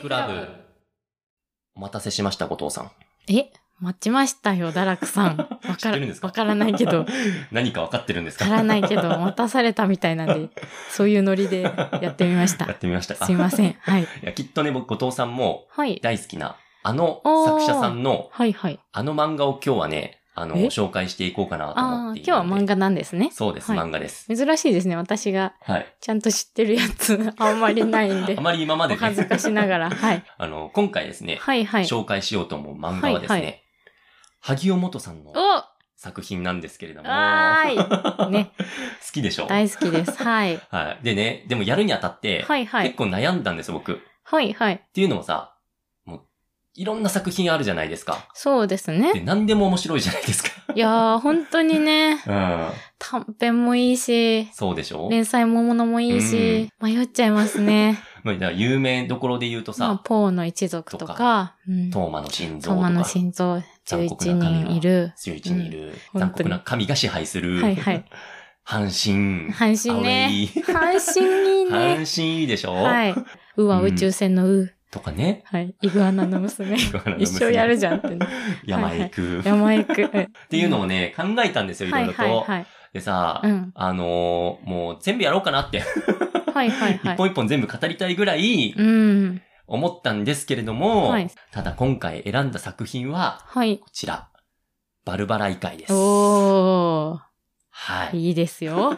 クラブ。お待たせしました、後藤さん。え待ちましたよ、堕落さ ん。わ知っかてるんらです、かわからないけど、わ。 何かわかってるんですかからないけど、待たされたみたいなん で、そういうノリでやってみましやたっ。てみましたか。すいません。はい。いや、きっとね、僕、後藤さんもはい。大好きな、あのおー作者さんの、はいはい。あの漫画を今日はね、あの、え紹介していこうかなとあ思っあー、て今いる日のはで漫画なんですね。そうです、はい漫画です。珍しいですね。私がはい。ちゃんと知ってるやつ、 あんまりないんであ。まり今まおでね、恥ずかしながら。はい。 あの、今回ですね、はいはい。紹介しようと思う漫画はですね、はいは萩尾元さんのお作品なんですけれども、わー い好ね、きでしょ大好きです。はい。はい。でね、でもやるにあたって、はいはい結。構悩んだんです、僕。っはいはい。ていうのもさ、もう、いろんな作品あるじゃないですか。そうですで、ね。何でも面白いじゃないですか。いやー、本当にね、うん。短編もいいし、そうでしょ連載もものもいいし、迷っちゃいますね。まあ、だから有名どころで言うとま あ、さ、ポーの一族ととか、うんトーマの心臓トとーマのか、心臓残酷11な神は人いる。 11人いる、うん残酷な神が支配する、はいはい。阪神、阪神ね。ね、阪神いいね。阪神いいでしょ、はい。うは宇宙船のう。とかね、はい。イグアナの 娘。イグアナの娘一生やるじゃんってね。 山へ行く、山行く。うんっていうのをね、考えたんですよ、いろはいいろと。はいはい。でさ、うん。あのーもう全部やろうかなって、はいはいは一い。本一本全部語りたいぐらいうん。思ったんですけれども、はいただ今回選んだ作品は、はい。こちら、バルバラ異界です。おはい。いいですよ。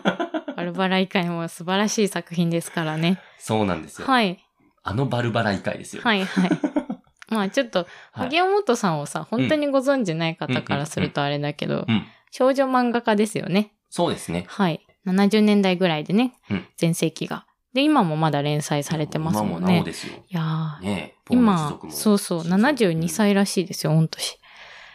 バルバラ以外も素晴らしい作品ですからね。そうなんですよ。はい。あのバルバラ異界ですよ。は いはい。まあちょっと、はい萩尾元さんをさ、本当にご存知ない方からするとあれだけどうんうんうんうん、少女漫画家ですよね。そうですね。はい。70年代ぐらいでねうん、全盛期が。で、今もまだ連載されてますもん今もなおね。ですよ。いやーねえ、ポーの一今族、もそうそう、72歳らしいですよ、御年。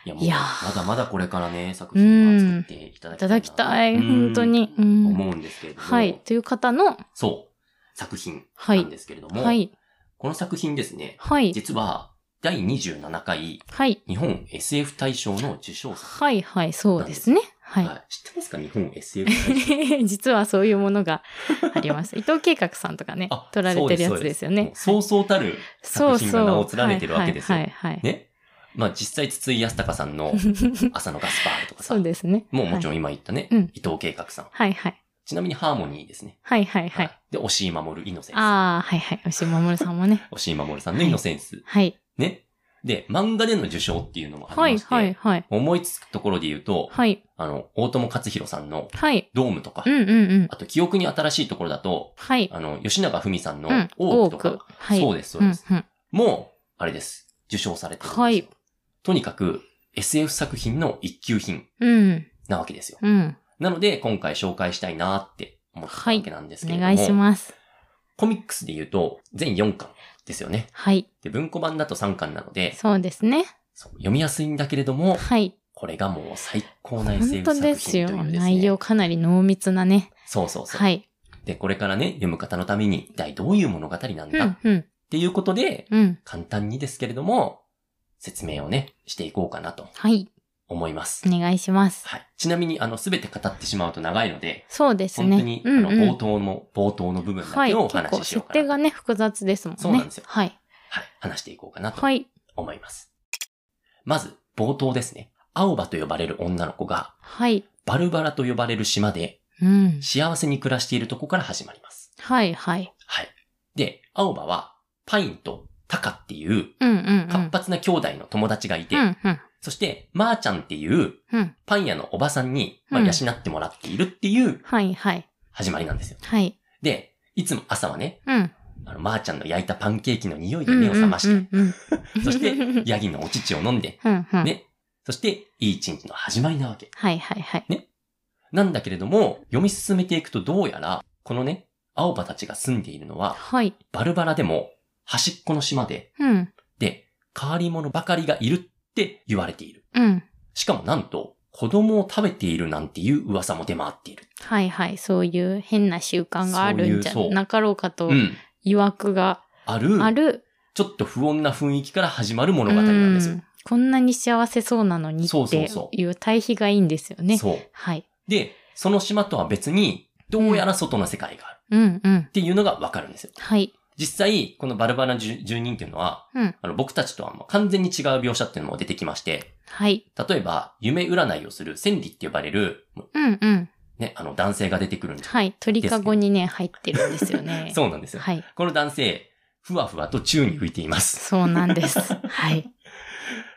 いや、もういやまだまだこれからね、作う品はん作っていただきたいたいだきたい、本当に。うとん。思うんですけれども、はい。という方の、そう、作品はなんい。ですけれども、はい。この作品ですね、はい。実は第27回はい。日本 SF 大賞の受賞作。はいはい、そうですね。ははい知ってますか日本 SF 大賞。い。実はそういうものがあり ます。伊藤計画さんとかねあ、取られてるやつですよもねう。そうそうたるそう作そ品う。が名を連ねてるわけですよはいはいはいはい。ね。まあ実際、筒井康隆さん の朝のガスパーとかさそう、ですね。もうもちろんはい今言ったね、うん伊藤計画さん。はいはい。ちなみにハーモニーですね。はいはいはは。いいで、押井守るイノセンス。ああ、はいはい。牛守さんもね。押井守さんのイノセンス。はい。ね。で、漫画での受賞っていうのもあはりいまして、はいはい。思いつくところで言うと、はい。あの、大友克弘さんのはい。ドームとか、うんうんうん。あと記憶に新しいところだと、はい。あの、吉永文さんのうん。オークと多か、はい。そうです、そうです。うんうん。もう、あれです。受賞されてるんですよ。はいとにかく、SF 作品の一級品うん。なわけですよ。うん。なので、今回紹介したいなって思ったわけなんですけれおども、願いします。コミックスで言うと、全4巻ですよね。はい。で、文庫版だと3巻なので、そうですね。そう読みやすいんだけれども、はい。これがもう最高な SF 作品本当というでですすね。よ。内容かなり濃密なね。そうそうそう。はい。で、これからね、読む方のために、一体どういう物語なんうだっん、うん、ていうことで、うん。簡単にですけれども、説明をね、していこうかなとはい。思いますお。願いします。はい。ちなみに、あの、すべて語ってしまうと長いので、そうですね。本当に、うんうん、あの、冒頭の、冒頭の部分だはい。けをお結話構、ししよ設うかな定と、がね、複雑ですもんね。そうなんですよはい。はい。話していこうかなとはい。思います。まず、冒頭ですね。青葉と呼ばれる女の子が、はい。バルバラと呼ばれる島で、うん。幸せに暮らしているとこから始まります。はい、はい。はい。で、青葉は、パインとタカっていう、うん、うん、うん。活発な兄弟の友達がいて、うん、うん。そして、まー、ちゃんっていう、うん。パン屋のおばさんに、まあ、うん養ってもらっているっていうはい、はい。始まりなんですよ。はい。で、いつも朝はね、うん。あの、まー、ちゃんの焼いたパンケーキの匂いでうん目を覚まして、 うん、うん。そしうてん、、ヤギのお乳を飲んで、うん。ね、そして、いい一日の始まりなわけ。はい、はい、はい。なんだけれども、読み進めていくとどうやら、このね、青葉たちが住んでいるのは、はい。バルバラでも、端っこの島で、うん。で、変わり者ばかりがいるって言われている。うん。しかもなんと、子供を食べているなんていう噂も出回っている。はい、はい。そういう変な習慣があるんじゃそういうそうなかろうかとう、ん。疑惑がある、あるちょっと不穏な雰囲気から始まる物語なんですうよ。んこんなに幸せそうなのにっそうそてうそいう対比がいいんですよね。そう。はい。で、その島とは別に、どうやら外の世界があるうんうん。っていうのがわかるんですよ。はい。実際、このバルバラ住住人っていうのは、うんあの僕たちとはもう完全に違う描写っていうのも出てきまして、はい。例えば、夢占いをする千里って呼ばれる、うんうん。ね、あの男性が出てくるんです。はい。鳥かごにね、入ってるんですよね。そうなんですよ。はい。この男性、ふわふわと宙に浮いています。そうなんです。はい。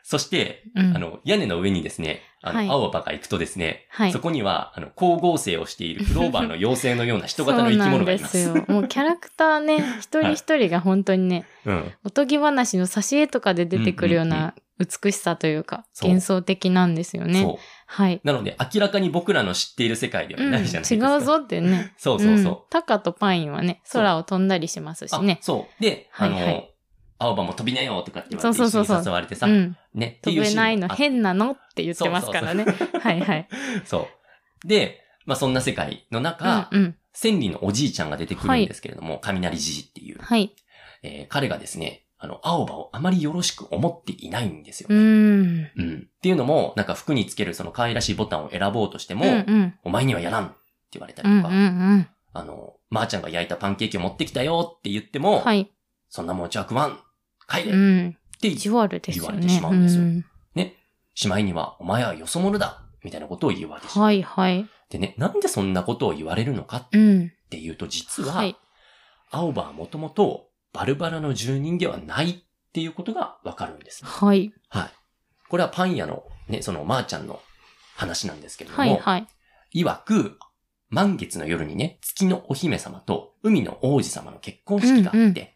そして、うん。あの、屋根の上にですね、あの、はい青葉が行くとですね、はいそ。こには、あの、光合成をしているクローバーの妖精のような人型の生き物がいます。そうなんですよ。もうキャラクターね、一人一人が本当にね、うん。おとぎ話の挿絵とかで出てくるよううんうんな美しさというか、そう幻想的なんですよね。そう。はい。なので、明らかに僕らの知っている世界ではうんないじゃないですか。違う。ぞってね。そうそううんそタカとパインはね、そう空を飛んだりしますう。しねあ。そう。で、あの、はいはい青葉も飛びなよとかって言わそれうてそう一そ緒うにそ誘うわれてさ、うん。ね、って飛いうべシーンもないあのっ変なのって言ってますからね。はいはい。そう。で、まあそんな世界の中、うんうん。千里のおじいちゃんが出てくるんですけれども、雷じじっていう、はい。えー彼がですね、あの、青葉をあまりよろしく思っていないんですようね。ん。うん。っていうのも、なんか服につけるその可愛らしいボタンを選ぼうとしても、うんうん。お前にはやらんって言われたうりんとうか、んあの、まー、ちゃんが焼いたパンケーキを持ってきたよって言ってうん。も、はい。そんなもんじゃ食わん帰れうっん。て意地悪ですよ言われてしね。まううんですよん。しまいには、お前はよそ者だみたいなことを言うわけです。はいはい。でね、なんでそんなことを言われるのかっうん。ていうと、実は、はい。青葉はもともとバルバラの住人ではないっていうことがわかるんです。はい。はい。これはパン屋のね、そのまーちゃんの話なんですけれども、はいはい。曰く、満月の夜にね、月のお姫様と海の王子様の結婚式があって、うんうんで、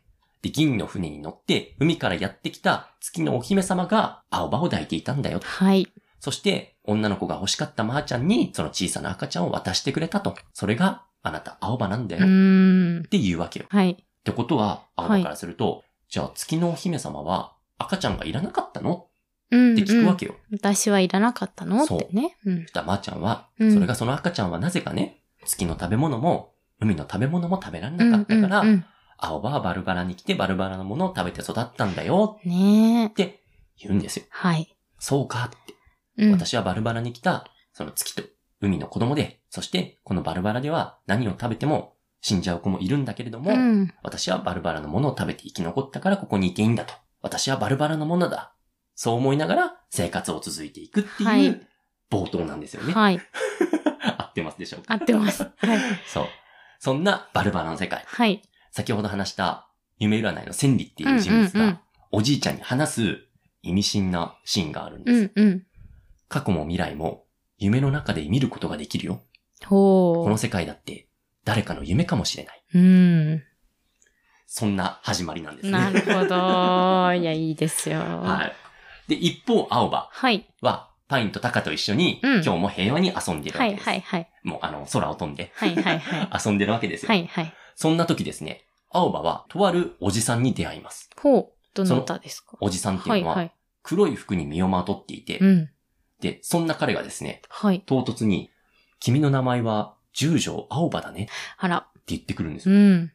銀の船に乗って海からやってきた月のお姫様が青葉を抱いていたんだよ。はい。そして、女の子が欲しかったまーちゃんに、その小さな赤ちゃんを渡してくれたと。それが、あなた青葉なんだうよ。っん。ていうわけよ。はい。ってことは、青は葉いからすると、じゃあ月のお姫様は赤ちゃんがいらなかったのうん、って聞くうわん。けよ。私はいらなかったのっそうてね。うんそし。たらまーちゃんは、うんそれがその赤ちゃんはなぜかね、月の食べ物も、海の食べ物も食べられなかったから、うんうん青葉はバルバラに来てバルバラのものを食べて育ったんだようんねえ。って言うんですよ。はい。そうかって。うん。私はバルバラに来た、その月と海の子供で、そしてこのバルバラでは何を食べても死んじゃう子もいるんだけれども、うん。私はバルバラのものを食べて生き残ったからここにいていいんだと。私はバルバラのものだ。そう思いながら生活を続いていくってはいうい冒頭なんですよね。はい。 合ってますでしょうか合っ てます。はい。そう。そんなバルバラの世界。はい。先ほど話した夢占いの千里っていう人物うんうんうんがおじいちゃんに話す意味深なシーンがあるんです。うんうん。過去も未来も夢の中で見ることができるよ。こほの世界だって誰かの夢かもしれない。う。うん。そんな始まりなんですね。なるほど。いや、いいですよ。ははい。で、一方、青葉。い。は、パインとタカと一緒に、うん今日も平和に遊んでるわはけいです。はいはい。もう、あの、空を飛んで、はいはいはい。遊んでるわけですよ。はいはい。そんな時ですね、青葉は、とあるおじさんに出会います。ほう。どなたですかおじさんってはいういのは、はい。黒い服に身をまとっていて、うん。で、そんな彼がですね、はい。唐突に、君の名前は、十条青葉だねってあら。言ってくるんですうよ。ん。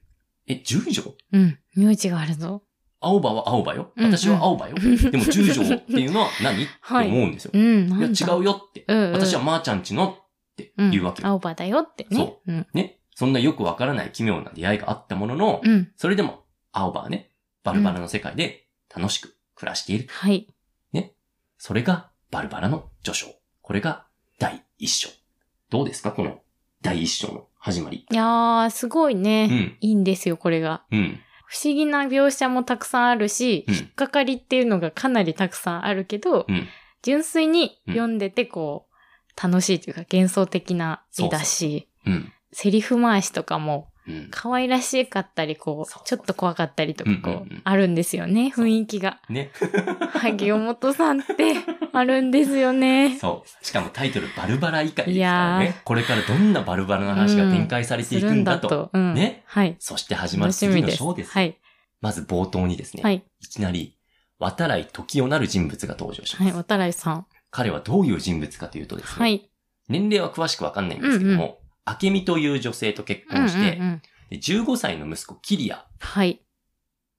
え、十条うん。名字があるぞ。青葉は青葉よ。うんうん私は青 葉よ。でも、十条っていうのは何、はいって思うんですよ。うん。いや、違う。うよって。うんうん私はまーちゃんちのってうん。言うわけよ。青葉だよってね。。そうん。ね、そんなよくわからない奇妙な出会いがあったものの、うん。それでも、青葉はね、バルバラの世界で楽しく暮らしている。はい。それが、バルバラの序章。これが、第一章。どうですかこの、第一章の始まり。いやー、すごいね。うん、いいんですよ、これが。うん、不思議な描写もたくさんあるし、うん引っかかりっていうのがかなりたくさんあるけど、うん純粋に読んでてこう、楽しいというか幻想的な絵だし、うん、セリフ回しとかもうん。可愛らしかったり、こそうう、ちょっと怖かったりとかうん、こうんうんう、あるんですよね、そう雰囲気が。ね。萩尾本さんって、あるんですよね。そう。しかもタイトル、バルバラ以下ですいからやね。これからどんなバルバラの話が展開されていくんだと。と。うんね。はい。そして始ま楽るし次みのです。章です。はい。まず冒頭にですね、、はいい。きなり、渡来時をなる人物が登場します。はい。渡来さん。彼はどういう人物かというとですね、はい。年齢は詳しくわかんないんですけども、明美という女性と結うんうん婚して、うん。で15歳の息子キリアはい。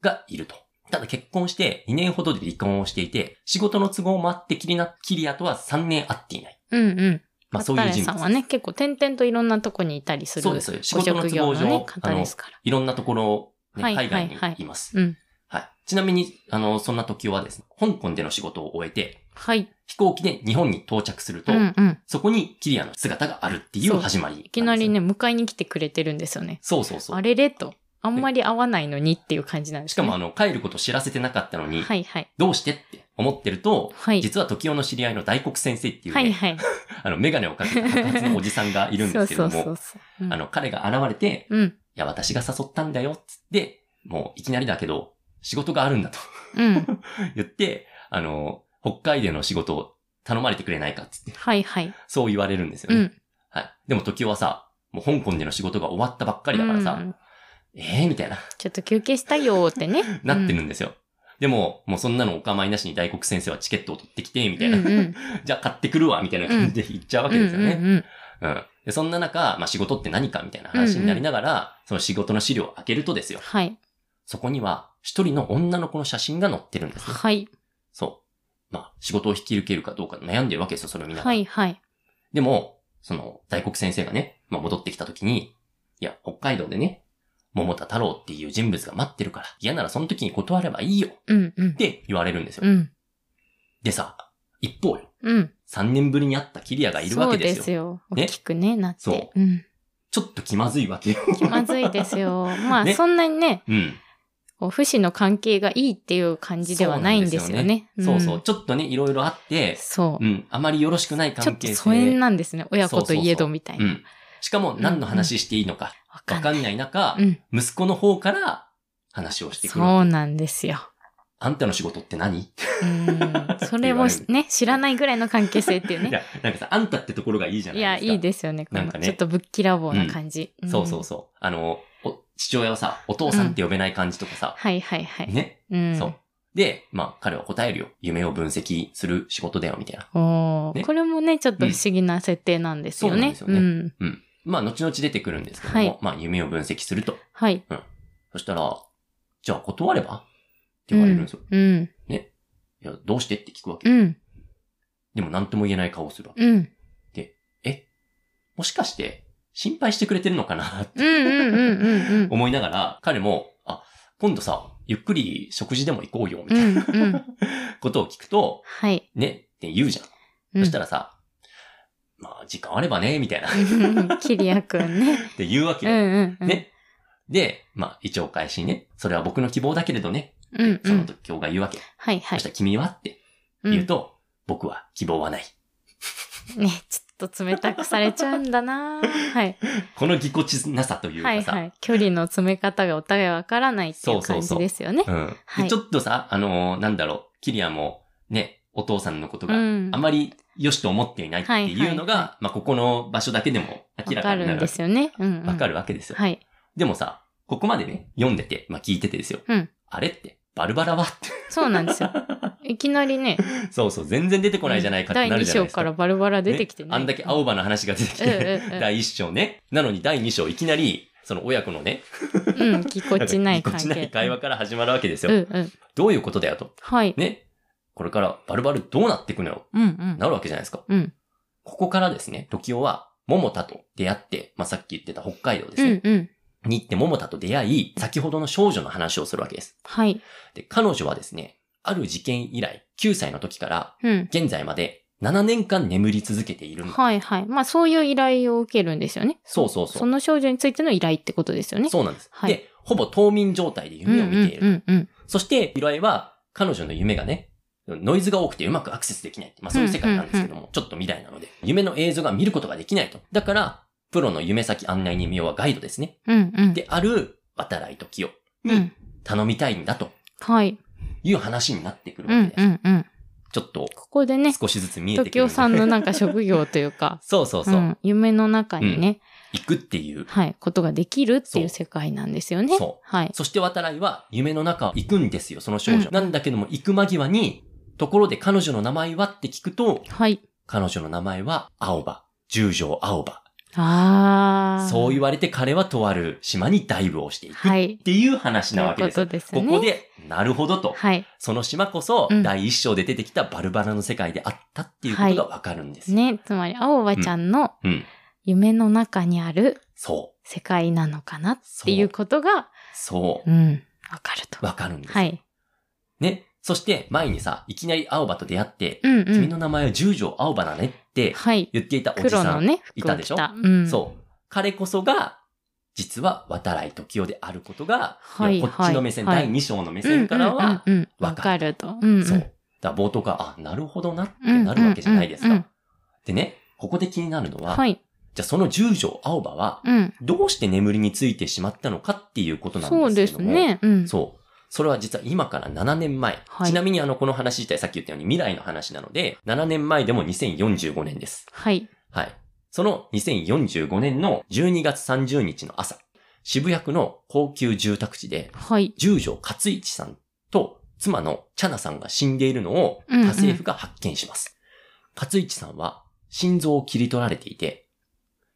がいると。ただ結婚して2年ほどで離婚をしていて、仕事の都合もあってキリナキリアとは3年会っていない。うんうん。まあそういう人さん物。はね、結構点々といろんなとこにいたりする。そうですそうですお仕事の職都業合の上ね、方ですから。いろんなところねはい海外にはいはいいます。うん。はい。ちなみに、あの、そんな時はですね、香港での仕事を終えて、はい。飛行機で日本に到着するうと、んうん。そこにキリアの姿があるっていうそう始まりなんです。いきなりね、迎えに来てくれてるんですよね。そうそうそうあ。れれと。あんまり会わないのにっていう感じなんでしすかね。もあの、帰ること知らせてなかったのに、はいはい。どうしてって思ってると、はい。実は時代の知り合いの大黒先生っていうね、はいはい。あの、メガネをかけた白髪のおじさんがいるんですけれども、そうそうそうそう。うんあの、彼が現れて、うん。いや、私が誘ったんだよ、つって、もういきなりだけど、仕事があるんだとうん。言って、あの、北海道の仕事を頼まれてくれないか、つって、はいはい。そう言われるんですようね。ん。はい。でも時代はさ、もう香港での仕事が終わったばっかりだからさ、うんええー、みたいな、。ちょっと休憩したよーってねなってるうんんですよ。でも、もうそんなのお構いなしに大黒先生はチケットを取ってきて、みたういんな、うん。 じゃあ買ってくるわ、みたいな感じで言っちゃうわけですよね。うんうんうん。で、そんな中、まあ、仕事って何かみたいな話になりながら、その仕事の資料を開けるとですよ。はい。そこには、一人の女の子の写真が載ってるんですね。はい。そう。まあ、仕事を引き受けるかどうか悩んでるわけですよ、それを見ながら。はいはい。でも、その、大黒先生がね、まあ、戻ってきた時に、いや、北海道でね、桃田太郎っていう人物が待ってるから、嫌ならその時に断ればいいよっうんうん。て言われるんですよ。うん。でさ、一方よ、うん。 3年ぶりに会ったキリアがいるわけですそうよ。ねですよ。大きくね、なって。。そうん。ちょっと気まずいわけよ。まずいですよ。まあ、ねそんなにね、 うん。こう不死の関係がいいっていう感じではないんですよね。そうそんう。。ちょっとね、いろいろあって、そうう。ん、あまりよろしくないちょっ関と係性。疎遠なんですね。親そ子とうそうそういえどみたいうな。ん。しかも、何の話していいのか、わわかんなかい。んない中、うん。息子の方から話をしてくる。そうなんですよ。あんたの仕事って何、うん。それもって言われるね、知らないぐらいの関係性っていういね。や、 なんかさ、あんたってところがいいじゃいなや、いですか。いいですよね。こなんのかねちょっとぶっきらぼうな感じ。んそうそうそう。あの、お父親はさ、お父さんって呼べない感じとかさ、はいはいはい。ね、うん。そう。で、まあ、彼は答えるよ。夢を分析する仕事だよ、みたいな。おーねこれもね、ちょっと不思議な設定なんですようんね。そうなんですうんん。まあ、後々出てくるんですけども、はいまあ、夢を分析すると。はい。そしたら、じゃあ断ればって言われるんですよ。うん。いや、どうしてって聞くわけ。うん。でも何とも言えない顔をするわけ。うん。もしかして、心配してくれてるのかなってうんうんうんうんうん。思いながら、彼も、あ、今度さ、ゆっくり食事でも行こうよ、みうたいんうん。なことを聞くと、はい。ね、って言うじゃん。うんそしたらさ、まあ、時間あればね、みたいな、っうん キリアくんね。て言うわうけんうよ。んうん。ね。で、まあ、一応返しにね、それは僕の希望だけれどね、っうてんうそのん。時今日が言うわけ。はいはそいした。ら君はってうん言うと、僕は希望はない。ね、ちょっと冷たくされちゃうんだなはい。このぎこちなさというはいかさ、はい。距離の詰め方がお互いわからないっていう感じですよね。うん。ではいちょっとさ、あのーなんだろう、キリアも、ね、お父さんのことうが、んあ。まり良しと思っていないっていうのが、はいはいまあ、ここの場所だけでも明らわかかにるなるんですよね。うんうん。わかるわけですよ。はい。でもさ、ここまでね、読んでて、まあ、聞いててですよ。うんあれって、バルバラはって。 そうなんですよ。いきなりね。そうそう、全然出てこないじゃないかってなるじゃない第で2章すか。からバルバラ出てきてね。ねあんだけ青葉の話が出てきて、うんうんうん 第1章ね。なのに第2章いきなり、その親子のね、うん、ぎこちないぎこ関ち係。ない会話から始まるわけですうんよ。うん。どういうことだよと。はい。ね。これからバルバルどうなっていくのようんうん。なるわけじゃないですか。うんここからですね、時代は、桃田と出会って、まあ、さっき言ってた北海道ですうねん。うん。に行って桃田と出会い、先ほどの少女の話をするわけです。はい。で、彼女はですね、ある事件以来、9歳の時から、うん。現在まで7年間眠り続けているんだ。はいはい。まあそういう依頼を受けるんですよね。そうそうそうその少女についての依頼ってことですよね。そうなんです。はいで、ほぼ冬眠状態で夢を見ている。うんうんそして、依頼は、彼女の夢がね、ノイズが多くてうまくアクセスできない。まあそういう世界なんですけども、ちょっと未来なので、夢の映像が見ることができないと。だから、プロの夢先案内人名はガイドですね。うん。うんうん。である渡来時をうん。頼みたいんだとはい。いう話になってくるうわけんです。うんうん。ちょっとここでね、少しずつ見えてく時るん代で。、さんのなんか職業というか そうそうう そう。ん、夢の中にね、行くっていう。はい、ことができるっていそうう世界なんですよね。そはい。そして渡来は夢の中行くんですよ、その少女。うんなんだけども行く間際に、ところで彼女の名前はって聞くと、はい。彼女の名前は青葉。十条青葉。ああ。そう言わわれて彼はとある島にダイブをしていくっはい。ていう話なわけとでいうこすよ。とですこね。こで、なるほどと。はい。その島こそ、うん第一章で出てきたバルバラの世界であったっていうことがわかるんですよ。ね、つまり、青葉ちゃんのうん夢の中にあるそう。世界なのかなっていうことが、そうう。ん、わかると。わかるんです。はい。ね。そして、前にさ、いきなり青葉と出会って、うんう君ん。の名前は十条青葉だねってはい。言っていたおじさ黒ん。のね、い服たをでし着ょた。うん。そう。彼こそが、実は渡来時代であることが、はいこっちの目線、はい第2章の目うんうんうんう線ん。からは、わわかかると。うんん。そう。だから冒頭から、あ、なるほどなってうん。なるわけじゃないですか。うんうんでね、ここで気になるのうん。は、はい。じゃあその十条青葉は、うん。どうして眠りについてしまったのかっていうことなんそうででけすすども。ね。うん。そう。それは実は今から7年前。はいちなみにあの、この話自体さっき言ったように未来の話なので、7年前でも2045年です。はい。はい。その2045年の12月30日の朝、渋谷区の高級住宅地で、はい。十条勝一さんと妻のチャナさんが死んでいるのをうんうん家政婦が発見します。勝一さんは心臓を切り取られていて、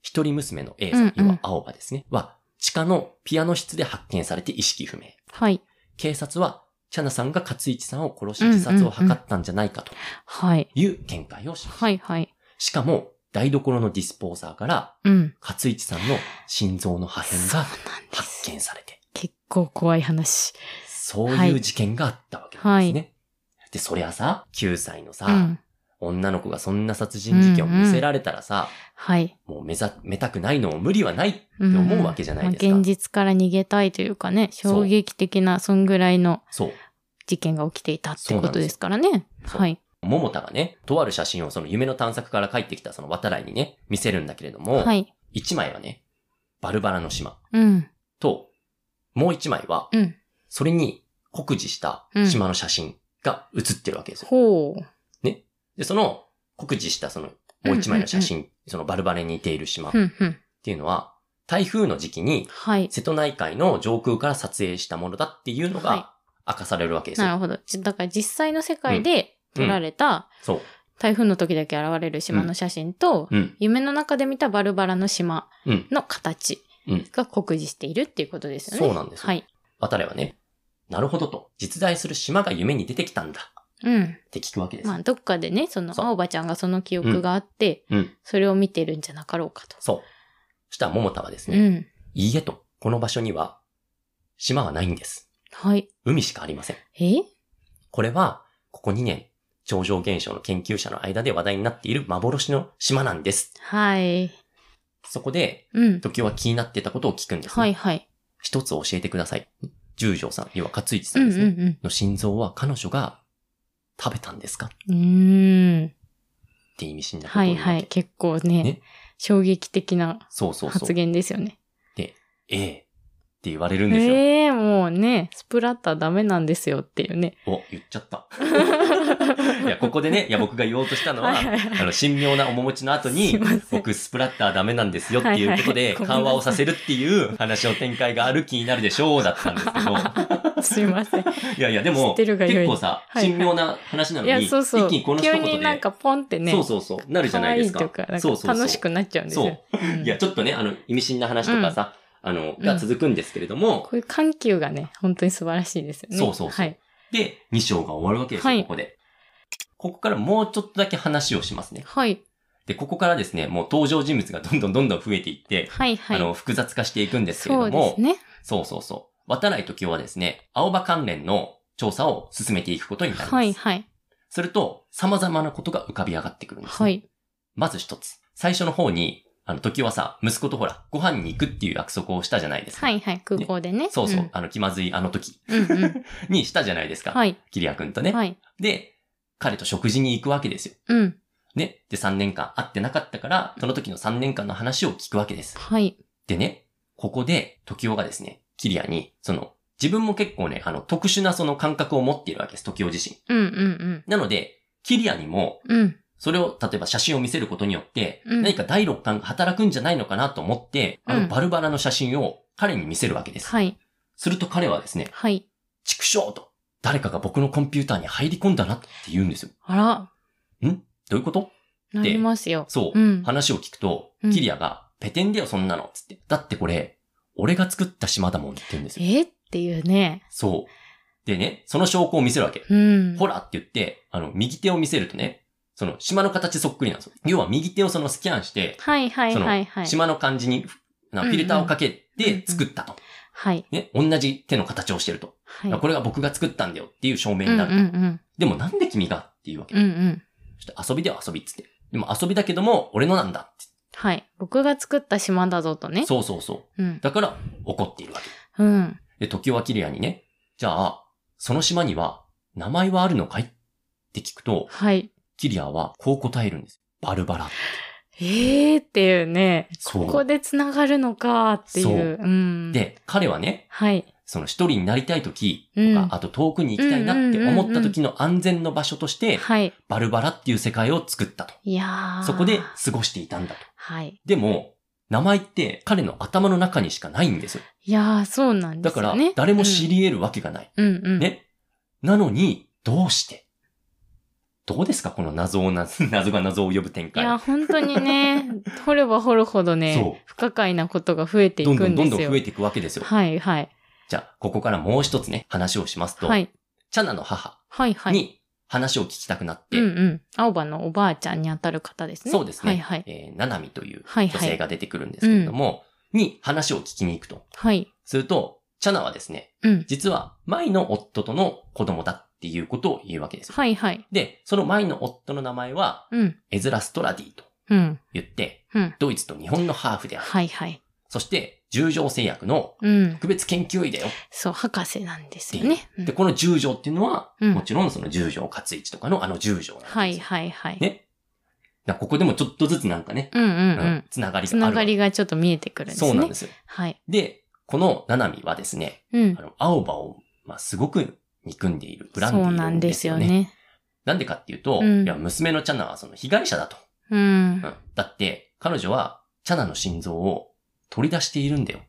一人娘の A さん、うんうん要は青葉ですね、は地下のピアノ室で発見されて意識不明。はい。警察はチャナさんが勝一さんを殺し自殺を図ったんじゃないかとはい。いう見解をします。はい。はい。しかも台所のディスポーザーからうん。勝一さんの心臓の破片がなんで発す。見されて、結構怖い話。そういう事件があったわけなんですね。で、そりゃさ、9歳のさ、うん。女の子がそんな殺人事件を見せられたらさ、はい。もう目ざ、めたくないのも無理はないってうん思うわけじゃないですか。まあ現実から逃げたいというかね、衝撃的な、そんぐらいのそう。事件が起きていたってことですからね。そうはい。桃田がね、とある写真をその夢の探索から帰ってきたその渡来にね、見せるんだけれども、はい。一1枚はね、バルバラの島うん。と、もう1枚は、うん。それに酷似した島の写真が写ってるわけですよ。ほう。で、その酷似したそのもう一枚の写真、そのバルバレに似ている島っふんふん。ていうのは、台風の時期にはい。瀬戸内海の上空から撮影したものだっていうのがは明かされるわけですよ。なるほど。だから実際の世界で撮られた、そう。台風の時だけ現れる島の写真と、うん。夢の中で見たバルバラの島うん。の形うんが酷似しているっていうことですよね。そうなんですよはい。渡れはね、なるほどと、実在する島が夢に出てきたんだうん。って聞くわけです。まあ、どっかでね、その、そう青葉ちゃんがその記憶があって、うん。それを見てるんじゃなかろうかと。そう。そしたら桃田はですうね、ん。いいえと、この場所には島はないんです。はい。海しかありません。えこれは、ここ2年、超常現象の研究者の間で話題になっている幻の島なんです。はい。そこで、うん。時は気になってたことを聞くんです、ね。はいはい。一つ教えてください。十条さん、要は勝一さうんんでうすんね。うん。の心臓は彼女が食べたんですかうーん。って意味深なことをは言いうわけはい。結構ね、ね衝撃的なそうそうそ発う。言ですよね。ええって言われるんですよ。ええもうね、スプラッターダメなんですよってい うね。お、言っちゃった。いや、ここでね、いや、僕が言おうとしたのは、はいはいはいあの、神妙な面持ちの後すいにません、僕、スプラッターダメなんですよっていうことはいはで、いごめんなさい緩和をさせるっていう話の展開がある気になるでしょうだったんですけど、 すいません。いやいや、で知も、ってるがよい結構さ、はいはい神妙な話なのいに、や、そうそ一う。気にこの一急言で、になんかポンってね、そうそうそう、なるじゃないですか。可愛いとか、なんそうかそうそう楽しくなっちゃうんですそよ。う。ういんや、ちょっとね、あの、意味深な話とかさ、あの、が続くんですけれども、こういう緩急がね、本当に素晴らしいですよね。そうそうそうはい。で、2章が終わるわけですよ、はいここで。ここからもうちょっとだけ話をしますね。はい。で、ここからですね、もう登場人物がどんどんどんどん増えていって、はいはい。あの、複雑化していくんですけれそどうも、そうですね。そうそう渡来時はですね、青葉関連の調査を進めていくことになります。はいはい。すると、様々なことが浮かび上がってくるんです、ね。はい。まず一つ。最初の方に、あの、時はさ、息子とほら、ご飯に行くっていう約束をしたじゃないですか。はいはい。空港でね。そうそう、あの、気まずいあの時うん。うん うん。にしたじゃないですか。はい。キリア君とね。はい。で、彼と食事に行くわけですよ。うん。ね。で、3年間会ってなかったから、その時の3年間の話を聞くわけです。はい。でね、ここで、時代がですね、キリアに、その、自分も結構ね、あの、特殊なその感覚を持っているわけです、時代自身。うんうんなので、キリアにも、うん。うん。それを、例えば写真を見せることによって、うん何か第六感が働くんじゃないのかなと思って、あうの、んバルバラの写真を彼に見せるわけです。はい。すると彼はですね、はい。畜生と、誰かが僕のコンピューターに入り込んだなって言うんですよ。あら、どういうことなりますよ。そう、うん話を聞くとう、んキリアが、ペテンだよ、そんなの。つって。だってこれ、俺が作った島だもんって言うんですよ。えっていうね。そう。でね、その証拠を見せるわけ。うん。ほらって言って、あの、右手を見せるとね、その島の形そっくりなんですよ。要は右手をそのスキャンして、はいはいそのはいはい。島の感じにふなんかフィルターをかけて作ったと。はい。ね、同じ手の形をしてると。はい。これが僕が作ったんだよっていう証明になると。うんうんでもなんで君がっていうわけ。うん。うんうん。ちょっと遊びでは遊びっつって。でも遊びだけども、俺のなんだっはい。僕が作った島だぞとて。ね。そうそうそう。うん。だから、怒っているわけ。うん。で、時を明レアにね、じゃあ、その島には、名前はあるのかいって聞くと、はい。キリアはこう答えるんです。バルバラ。ええー、っていうね。そうここで繋がるのかってそういう。うん。、で、彼はね、はい。その一人になりたいとき、うん。あと遠くに行きたいなって思った時の安全の場所として、はい。バルバラっていう世界を作ったと。いやーそこで過ごしていたんだと。はい。でも、名前って彼の頭の中にしかないんですよ。いやーそうなんでだすからよね。、誰も知り得るわけがない。うん、うんうん。ね。なのに、どうしてどうですかこの謎をな、 謎が謎を呼ぶ展い開。や、本当にね、掘れば掘るほどそねう、不可解なことが増えていくどんんですどよ。んどんどん増えていくわけですよ。はいはい。じゃあ、ここからもう一つね、話をしますと、はい。チャナの母はいはい。に話を聞きたくなって、うんうん。青葉のおばあちゃんにあたる方ですね。そうですね、はいはい。えー、ナナミというはい女は性い。が出てくるんですけれども、に話を聞きに行くと。はい。すると、チャナはですね、うん。実は、前の夫との子供だっていうことを言うわけですよ。はいはい。で、その前の夫の名前は、うん。エズラ・ストラディとうん。言って、うん。ドイツと日本のハーフである。はいはい。そして、十条製薬のうん。特別研究医だよっそう、博士なんですてよいう。ね。で、この十条っていうのは、うんもちろんその十条勝一とかのあの十条なんですよ。はいはいはい。ねだからここでもちょっとずつなんかね、うんうんう。うんつながりつがあなるわがけ。りがちょっと見えてくるんですね。そうなんですよ。はい。で、このナナミはですね、うんあ。の、青葉を、まあ、すごく憎んでいる、恨んでいそるうなんんでですすよよね。ね。なんでかっていうと、うんいや、娘のチャナはその被害者だと。うんう。ん、だって、彼女はチャナの心臓を取り出しているんだよ。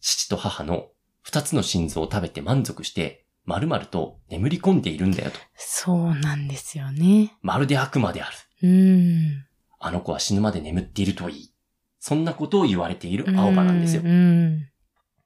父と母の二つの心臓を食べて満足して、まるまると眠り込んでいるんだよと。そうなんですよね。まるで悪魔である。うん。あの子は死ぬまで眠っているといい。そんなことを言われている青葉なんですよう。ん。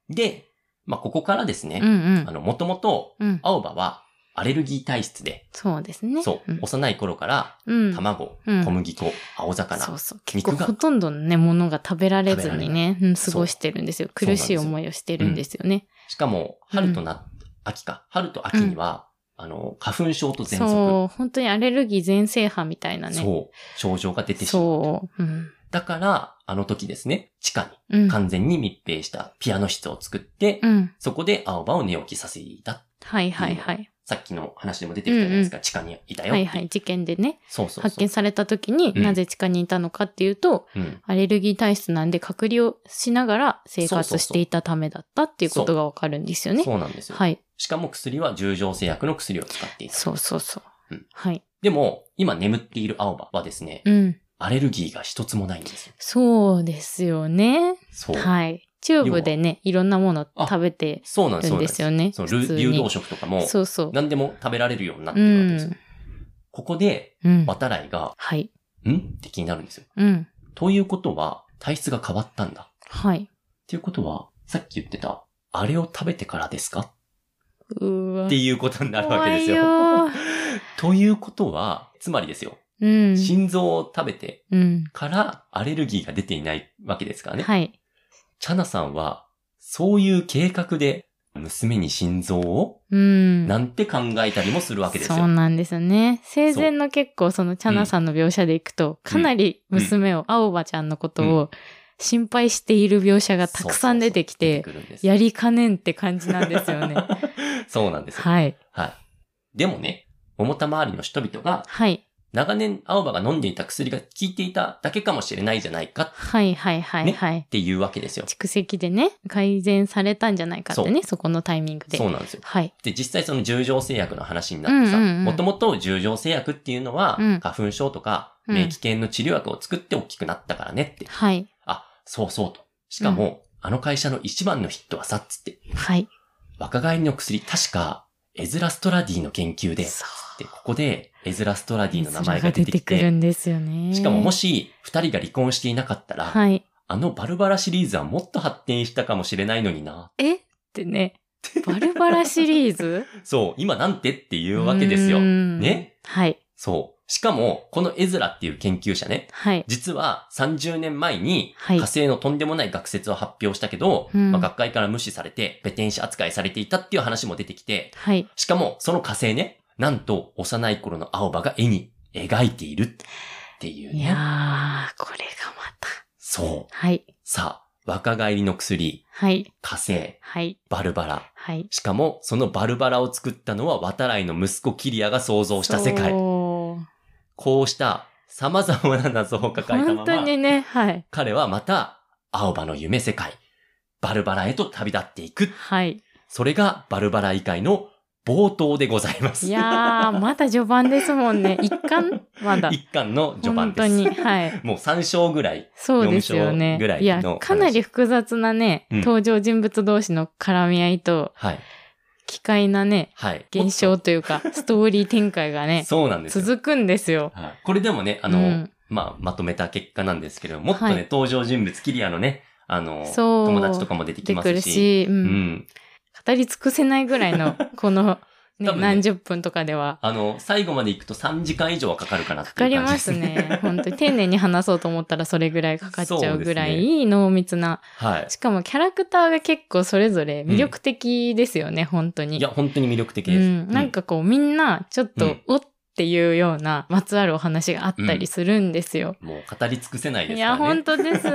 で、まあ、ここからですね、うんうんあ。の、もともとうん。青葉はアレルギー体質で、そうですね。そう、幼い頃からうん。うん。卵、うん小麦粉、青魚、そうそう。結肉構がほとんどのね、ものが食べられずにね、うん過そうごしてるんですよ。そうなんで苦すしいよ思いをしてるんですよね。しかも、春とな、秋か。春と秋には、あの、花粉症と喘息。そう、本当にアレルギー全盛波みたいなね。そう。症状が出てしまう。そう。うん。だから、あの時ですね、地下うんに完全に密閉したピアノ室を作って、うん。そこで青葉を寝起きさせていた。はいはいはい。さっきの話でも出てきたじゃないですか、地下にいたよっはていう。いはい。事件でね、そうそうそう。発見された時に、うんなぜ地下にいたのかっていうと、うん。アレルギー体質なんで隔離をしながら生そうそうそう活していたためだったっていうことがわかるんですよね。そうなんですよ。はい。しかも薬は重症製薬の薬を使っていた。。そうそうそううんはい。でも、今眠っている青葉はですね、うん。アレルギーが一つもないんですよ。そうですよね。そう。はい。チューブでね、いろんなものあ食べてそうなんでするそうんなんでですすそよね。の普流通流に動食とかも、そうそう。何でも食べられるようになってうるわけですよ。ん。ここで、うん。渡来が、はい。んって気になるんですよ。うん。ということは、体質が変わったんだ。はい。ということは、さっき言ってた、あれを食べてからですかうわって。いうことになるわけです怖よ。いよ ということは、つまりですよ、うん。心臓を食べてうん。からアレルギーが出ていないわけですからね。はい。チャナさんは、そういう計画で、娘に心臓を、うん。なんて考えたりもするわけですよ。そうなんですよね。生前の結構そのチャナさんの描写でいくと、かなり娘を、青葉ちゃんのことを心配している描写がたくさん出てきてそ、うそうそう出てくるんですよやりかねんって感じなんで すよね。そうなんですよ。はい。はい。でもね、桃田周りの人々が、はい。長年青葉が飲んでいた薬が効いていただけかもしれないじゃないかっはいはいはいはい。ていうわけですよ。蓄積でね、改善されたんじゃないかってね、そこのタイミングで。そうなんですよ。はい。で、実際その重症製薬の話になってさ、うんうんうんもともと重症製薬っていうのは、うん花粉症とか、うん免疫系の治療薬を作って大きくなったからねって。はい。あ、そうそうと。しかも、あの会社の一番のヒットはさ、つって、はい。若返りの薬、確か、エズラストラディの研究で、つそうって、ここで、エズラストラディの名前それが出てきくるて、んですよね。しかももし、二人が離婚していなかったら、はい。あのバルバラシリーズはもっと発展したかもしれないのにな。えってね、バルバラシリーズ そう、今なんてっていうわけですよ。うーんねはい。そしかも、このエズラっていう研究者ね、はい。実は30年前にはい火星のとんでもない学説を発表したけど、うんまあ、学会から無視されて、ペテン師扱いされていたっていう話も出てきて、はい。しかも、その火星ね、なんと幼い頃の青葉が絵に描いているっていういね。やー、これがまた。そう。はい。さあ、若返りの薬、はい。火星、はい。バルバラ。はい。しかも、そのバルバラを作ったのは渡来の息子キリアが想像した世界。そうこうした様々な謎を抱えたま本当ま、にね、はい。彼はまた、青葉の夢世界、バルバラへと旅立っていく。はい。それがバルバラ以外の冒頭でございます。いや ー、まだ序盤ですもんね。一巻まだ。一巻の序盤本です。当に。はい。もう3章ぐらい。そうですよ4章ね。ぐらいのや話、かなり複雑なね、うん登場人物同士の絡み合いと、はい。奇怪なね、はい。現象というか、ストーリー展開がね、そうなんですよ。続くんですよ。はい、これでもね、あの、うんまあ、まとめた結果なんですけれども、もっとね、はい登場人物、キリアのね、あの、そう友達とかも出てき出てまくするし、し、うんうん。語り尽くせないぐら いの、この、多ね分ね何十分とかでは。あの、最後まで行くと3時間以上はかかるかなっていかう感かじでりますすね。ね。本当に丁寧に話そうと思ったらそれぐらいかかっちゃうぐらい濃密な。 はい。しかもキャラクターが結構それぞれ魅力的ですよね、本当に。いや、本当に魅力的うです。ん、なんかこうみんなちょっうとん、おっていうような、まつわるお話があったりするんですよ。うん、もう語り尽くせないでいすかや、らね本。当 です。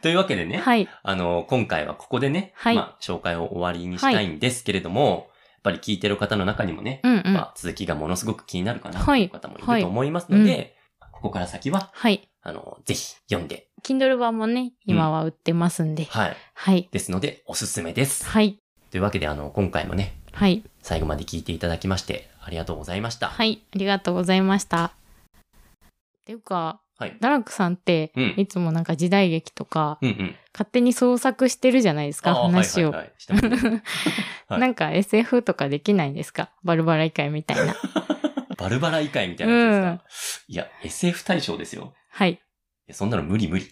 というわけでね、はい。あの、今回はここでね、はいまあ、紹介を終わりにしたいんですけれども、やっぱり聞いてる方の中にもね、うんうん。まあ、続きがものすごく気になるかなとはいいう方もいると思いますので、はここから先は、はい。あの、ぜひ読んで、 Kindle 版もね、今は売ってますんで。はい。はい。ですので、おすすめです。はい。というわけで、あの、今回もね、はい。最後まで聞いていただきまして、ありがとうございました。はい。ありがとうございました。っていうか、はい。ダラックさんって、うんいつもなんか時代劇とか、うんうん。勝手に創作してるじゃないですか、あー話を。はいはいはいしてますねはいなんか SF とかできないんですかバルバラ以外みたい な。バルバラ以外みたいなやつですか、いや、SF 対象ですよ。はい。いやそんなの無理無理。